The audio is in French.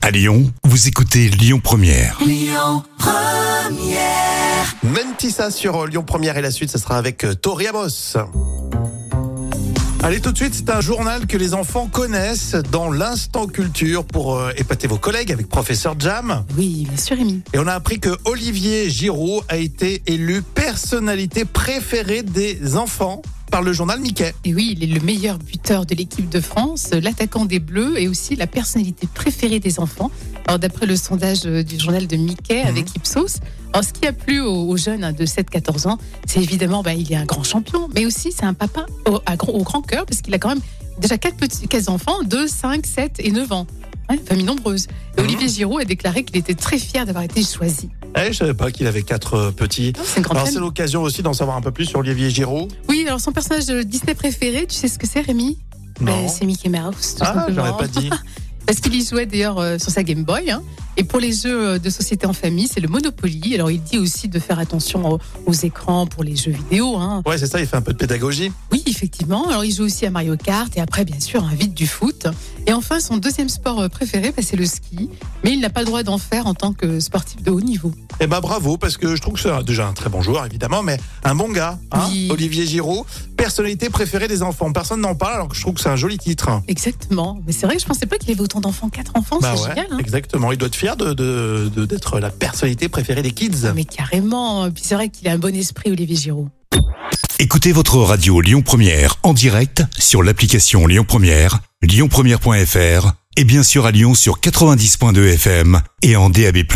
À Lyon, vous écoutez Lyon Première. Mentissa sur Lyon Première et la suite, ce sera avec euh, Tori Amos. Allez, tout de suite, c'est un journal que les enfants connaissent dans l'instant culture pour euh, épater vos collègues avec professeur Jam. Oui, bien sûr, Rémi. Et on a appris que Olivier Giraud a été élu personnalité préférée des enfants par le journal Mickey. Et oui, il est le meilleur buteur de l'équipe de France, l'attaquant des Bleus et aussi la personnalité préférée des enfants. Alors, d'après le sondage euh, du journal de Mhm. Mickey avec Ipsos, alors, ce qui a plu aux, aux jeunes hein, de 7-14 ans, c'est évidemment, bah, il est un grand champion, mais aussi c'est un papa au, à gros- au grand cœur parce qu'il a quand même déjà 4 petits 15 enfants, 2, 5, 7 et 9 ans. Ouais, famille nombreuse. Et Mhm. Olivier Giraud a déclaré qu'il était très fier d'avoir été choisi. Eh, je savais pas qu'il avait quatre euh, petits. C'est une grande Alors, famille. c'est l'occasion aussi d'en savoir un peu plus sur Olivier Giraud. Oui, alors son personnage de Disney préféré, tu sais ce que c'est, Rémi Ben, C'est Mickey Mouse. tout Ah, simplement. j'aurais pas dit. Parce qu'il y jouait d'ailleurs euh, sur sa Game Boy. hein. Et pour les jeux euh, de société en famille, c'est le Monopoly. Alors il dit aussi de faire attention aux, aux écrans pour les jeux vidéo. hein. Ouais, c'est ça, il fait un peu de pédagogie. Oui, effectivement. Alors il joue aussi à Mario Kart et après, bien sûr, un vite du foot. Et enfin, son deuxième sport euh, préféré, bah, c'est le ski. Mais il n'a pas le droit d'en faire en tant que sportif de haut niveau. Eh ben bravo, parce que je trouve que c'est un- déjà un très bon joueur, évidemment, mais un bon gars, hein, Oui. Olivier Giraud, personnalité préférée des enfants. Personne n'en parle, alors que je trouve que c'est un joli titre. Exactement. Mais c'est vrai que je pensais pas qu'il avait autant d'enfants. Quatre enfants, Bah Oh, c'est ouais, génial. hein. exactement. Il doit être fier de, de- de- d'être la personnalité préférée des kids. Mais carrément. Puis c'est vrai qu'il a un bon esprit, Olivier Giraud. Écoutez votre radio Lyon Première en direct sur l'application Lyon Première, lyonpremière.fr et bien sûr à Lyon sur 90.2 FM et en DAB+.